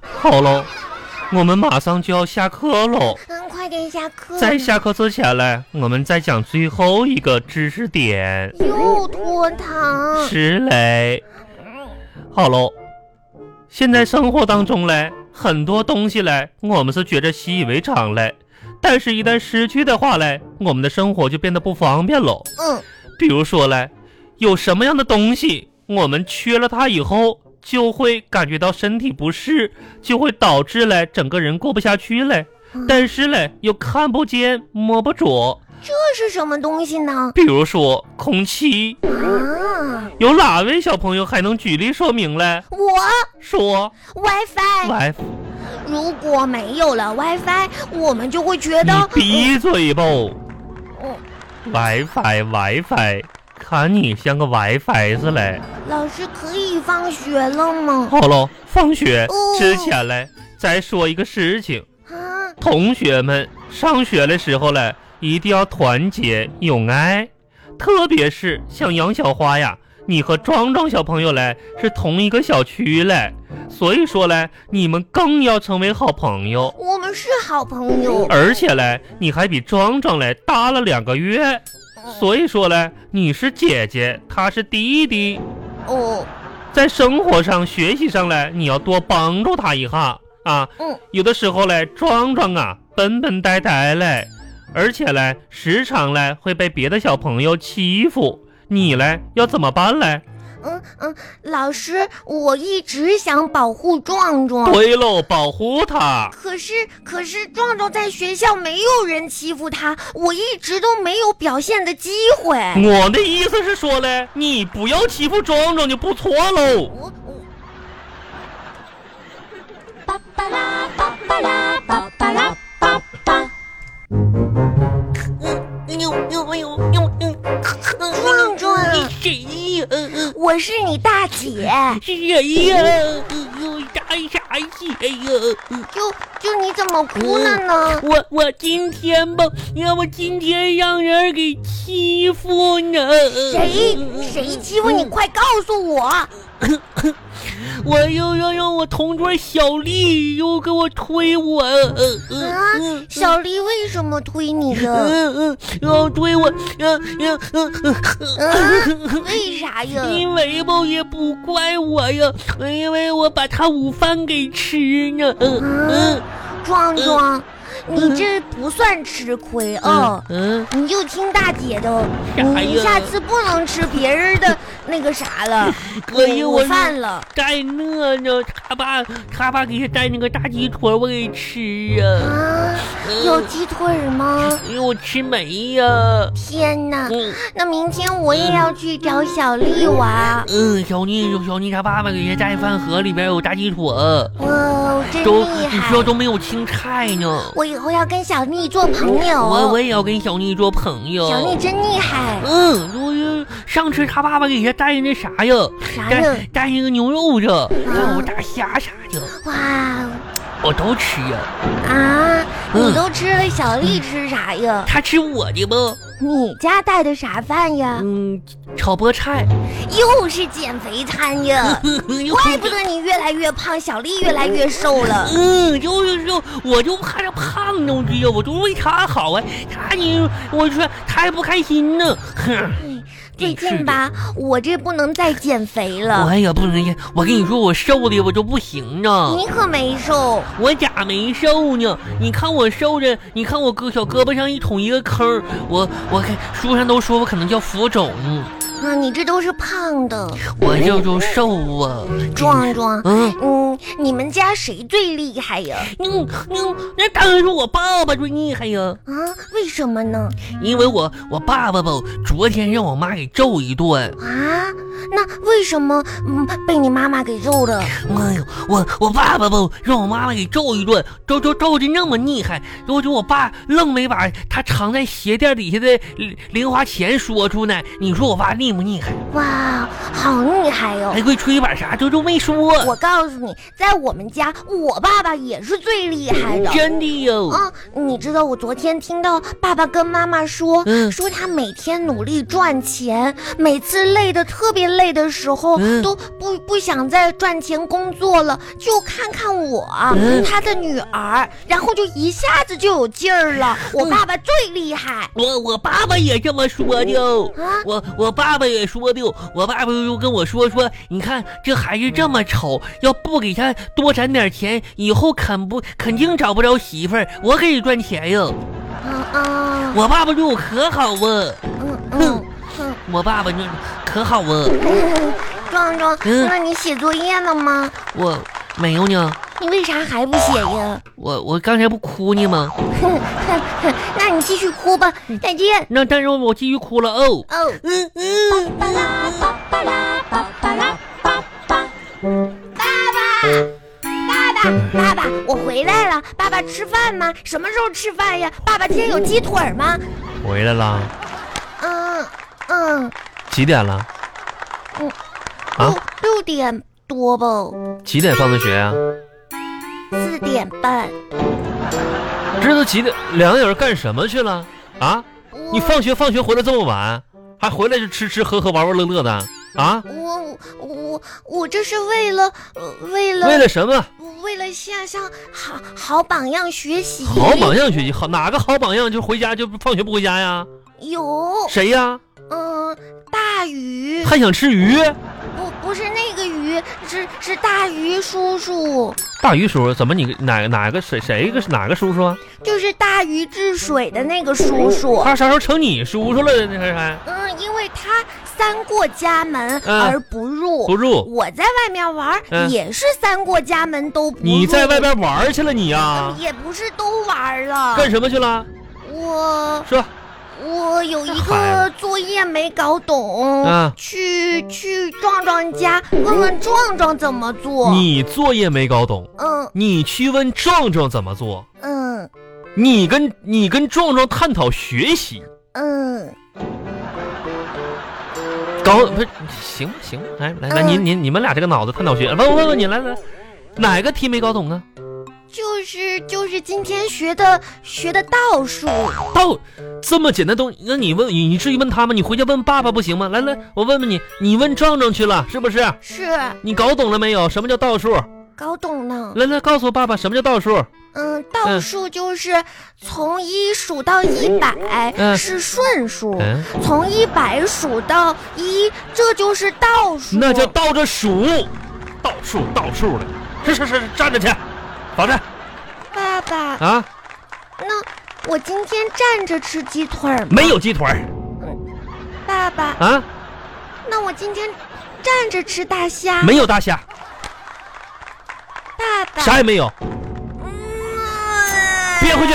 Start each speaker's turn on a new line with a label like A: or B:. A: 好喽，我们马上就要下课喽。
B: 嗯，快点下课。
A: 在下课之前嘞，我们再讲最后一个知识点，
B: 又拖堂。
A: 是嘞。好喽，现在生活当中嘞，很多东西嘞，我们是觉着习以为常嘞，但是一旦失去的话嘞，我们的生活就变得不方便喽。
B: 嗯，
A: 比如说嘞，有什么样的东西，我们缺了它以后，就会感觉到身体不适，就会导致嘞整个人过不下去嘞。但是嘞，又看不见摸不着，
B: 这是什么东西呢？
A: 比如说空气，
B: 啊，
A: 有哪位小朋友还能举例说明嘞？
B: 我
A: 说
B: WiFi，
A: 来，
B: 如果没有了 WiFi，我们就会觉
A: 你
B: 得
A: 闭嘴吧
B: 哦
A: ！WiFi WiFi，看你像个 WiFi 似嘞。
B: 老师可以放学了吗？
A: 好喽，放学
B: 哦
A: 之前嘞，再说一个事情。
B: 啊，
A: 同学们上学的时候嘞，一定要团结友爱，特别是像杨小花呀，你和壮壮小朋友嘞是同一个小区嘞，所以说嘞，你们更要成为好朋友。
B: 我们是好朋友。
A: 而且嘞，你还比壮壮嘞大了两个月，所以说嘞，你是姐姐，他是弟弟，
B: 哦，
A: 在生活上、学习上嘞，你要多帮助他一下啊。
B: 嗯，
A: 有的时候嘞，壮壮啊，笨笨呆呆嘞，而且嘞，时常嘞会被别的小朋友欺负，你嘞要怎么办嘞？
B: 嗯嗯，老师，我一直想保护壮壮，
A: 对喽，保护他。
B: 可是可是壮壮在学校没有人欺负他，我一直都没有表现的机会。
C: 嗯
A: 我的意思是说嘞，你不要欺负壮壮就不错喽。
B: 我我
D: 巴巴拉巴巴拉巴巴拉巴巴。
C: 呦呦呦呦呦！
B: 壮壮，
C: 谁呀？
B: 我是你大姐，
C: 谁呀？呦，打啥血呀？
B: 就就你怎么哭了呢？
C: 我我今天吧，让我今天让人给欺负呢。
B: 谁谁欺负你？快告诉我！
C: 我又让让我同桌小丽又给我推我。
B: 啊，小丽为什么推你的？
C: 嗯嗯，要推我，嗯嗯嗯嗯。
B: 啊，为啥呀？
C: 因为吧也不怪我呀，因为我把他午饭给吃呢。嗯嗯
B: 壮壮，你这不算吃亏啊。
C: 嗯，
B: 你就听大姐的，
C: 啥呀
B: 你下次不能吃别人的那个啥了，
C: 哎呀
B: 午
C: 我
B: 饭了。
C: 带那呢，他爸他爸给他带那个大鸡腿儿，我给吃呀、
B: 啊，
C: 呃
B: 有鸡腿吗？
C: 哎呦我吃没呀。
B: 天哪！
C: 嗯
B: 那明天我也要去找小丽玩。
C: 嗯，小妮小妮她爸爸给他带饭盒里边有大鸡腿儿，
B: 哇、真
C: 都
B: 厉
C: 你说
B: 害！
C: 都没有青菜呢。
B: 我以后要跟小丽做朋友。
C: 我我也要跟小妮做朋友。
B: 小丽真厉害。
C: 嗯，我上次他爸爸给他带那啥呀，
B: 啥哎呀
C: 带带那个牛肉去，还有大虾啥的，
B: 哇
C: 我都吃呀。
B: 啊！
C: 嗯
B: 你都吃了，小丽吃啥呀？
C: 他吃我的不？
B: 你家带的啥饭呀？
C: 嗯，炒菠菜。
B: 又是减肥餐呀！ 怪不得你越来越胖，小丽越来越瘦 了。
C: 嗯，就是就我就怕他胖东西呀，我都为他好啊。他你我说他还不开心呢， 哼。
B: 嗯最近吧，我这不能再减肥了。
C: 我也不能，我跟你说，我瘦的我都不行呢。
B: 你可没 瘦，
C: 我咋没瘦呢？你看我瘦着，你看我胳小胳膊上一捅一个坑儿，我我看书上都说我可能叫浮肿，
B: 啊，你这都是胖的。
C: 我这就瘦啊。
B: 壮壮，
C: 嗯
B: 嗯，你们家谁最厉害 呀？
C: 嗯嗯，那当然是我爸爸最厉害呀，
B: 啊，为什么呢？
C: 因为我我爸爸吧，昨天让我妈给揍一顿。
B: 啊，那为什么嗯被你妈妈给揍 了？
C: 哎呦，我我爸爸吧，让我妈妈给揍一顿，揍揍揍的那么厉害，我就我爸愣没把他藏在鞋垫底下的零零花钱说出来。你说我爸厉不厉害，
B: 哇，好厉害哟、
C: 还会吹板啥，周周没说，
B: 我告诉你，在我们家，我爸爸也是最厉害的。
C: 真的哟。
B: 啊、你知道我昨天听到爸爸跟妈妈说，
C: 嗯
B: 说他每天努力赚钱，每次累得特别累的时候，
C: 嗯
B: 都不不想再赚钱工作了，就看看我、啊
C: 嗯
B: 他的女儿，然后就一下子就有劲儿了。我
C: 嗯
B: 爸爸最厉害。
C: 我我爸爸也这么说的哦，
B: 啊
C: 我我爸爸也说的哦，我爸爸又跟我说说，你看这孩子这么丑，要不给他多攒点钱，以后肯不肯定找不着媳妇儿。我可以赚钱哟，
B: 啊啊，
C: 我爸爸对我可好啊，
B: 嗯嗯嗯
C: 我爸爸那可好啊，
B: 嗯，壮壮，
C: 嗯
B: 那你写作业了吗？
C: 我没有呢，
B: 你为啥还不写呀？
C: 我我刚才不哭呢吗？
B: 哼哼哼，那你继续哭吧，再见。
C: 那但是我继续哭了哦。
B: 哦，
C: 嗯嗯，
D: 巴拉巴巴拉巴巴拉巴巴。
B: 爸爸，爸爸，我回来了。爸爸吃饭吗？什么时候吃饭呀？爸爸今天有鸡腿吗？
A: 回来啦，
B: 嗯嗯
A: 几点了？啊
B: 六六点多吧，
A: 几点放的学啊？
B: 四点半。
A: 这都几点？两个小时干什么去了？啊？你放学放学回来这么晚，还回来就吃吃喝喝玩玩乐乐的啊？
B: 我我我我这是为了呃为了
A: 为了什么？
B: 为了向向好好榜样学习。
A: 好榜样学习，好哪个好榜样就回家就放学不回家呀？
B: 有
A: 谁呀？
B: 嗯、大鱼
A: 还想吃鱼？
B: 不不是那个鱼，是是大鱼叔叔。
A: 大鱼叔叔怎么你哪哪个谁谁个哪个叔叔啊？
B: 就是大禹治水的那个叔叔。
A: 他啥时候成你叔叔了？那还还
B: 嗯，因为他三过家门
A: 嗯
B: 而不入。
A: 不入？
B: 我在外面玩、
A: 嗯
B: 也是三过家门都不入。嗯
A: 你在外、边啊玩去了你呀、
B: 也不是都玩了。
A: 干什么去了？
B: 我
A: 说
B: 我有一
A: 孩
B: 个作业没搞懂，
A: 嗯
B: 去去壮壮家问问壮壮怎么做。
A: 你作业没搞懂，
B: 嗯
A: 你去问壮壮怎么做，
B: 嗯
A: 你跟你跟壮壮探讨学习。
B: 嗯，
A: 搞不是行吧行吧，来来来，
B: 嗯
A: 您您你们俩这个脑子探脑学，问问问你来来，哪个题没搞懂啊？
B: 就是就是今天学的学的倒数。
A: 到这么简单东西，那你问你你至于问他吗？你回家问爸爸不行吗？来来，我问问你，你问壮壮去了是不是？
B: 是
A: 你搞懂了没有？什么叫倒数？
B: 搞懂呢。
A: 来来，告诉爸爸什么叫倒数？
B: 嗯，倒数就是从一数到一百、
A: 嗯
B: 是顺数，
A: 嗯，
B: 从一百数到一，这就是倒数。
A: 那叫倒着数，倒数倒数的，是是是，是站着去，老站
B: 爸爸。
A: 啊，
B: 那我今天站着吃鸡腿儿吗？
A: 没有鸡腿儿
B: 爸爸，
A: 啊，
B: 那我今天站着吃大虾。
A: 没有大虾，
B: 爸爸，
A: 啥也没有，
B: 嗯
A: 憋回去。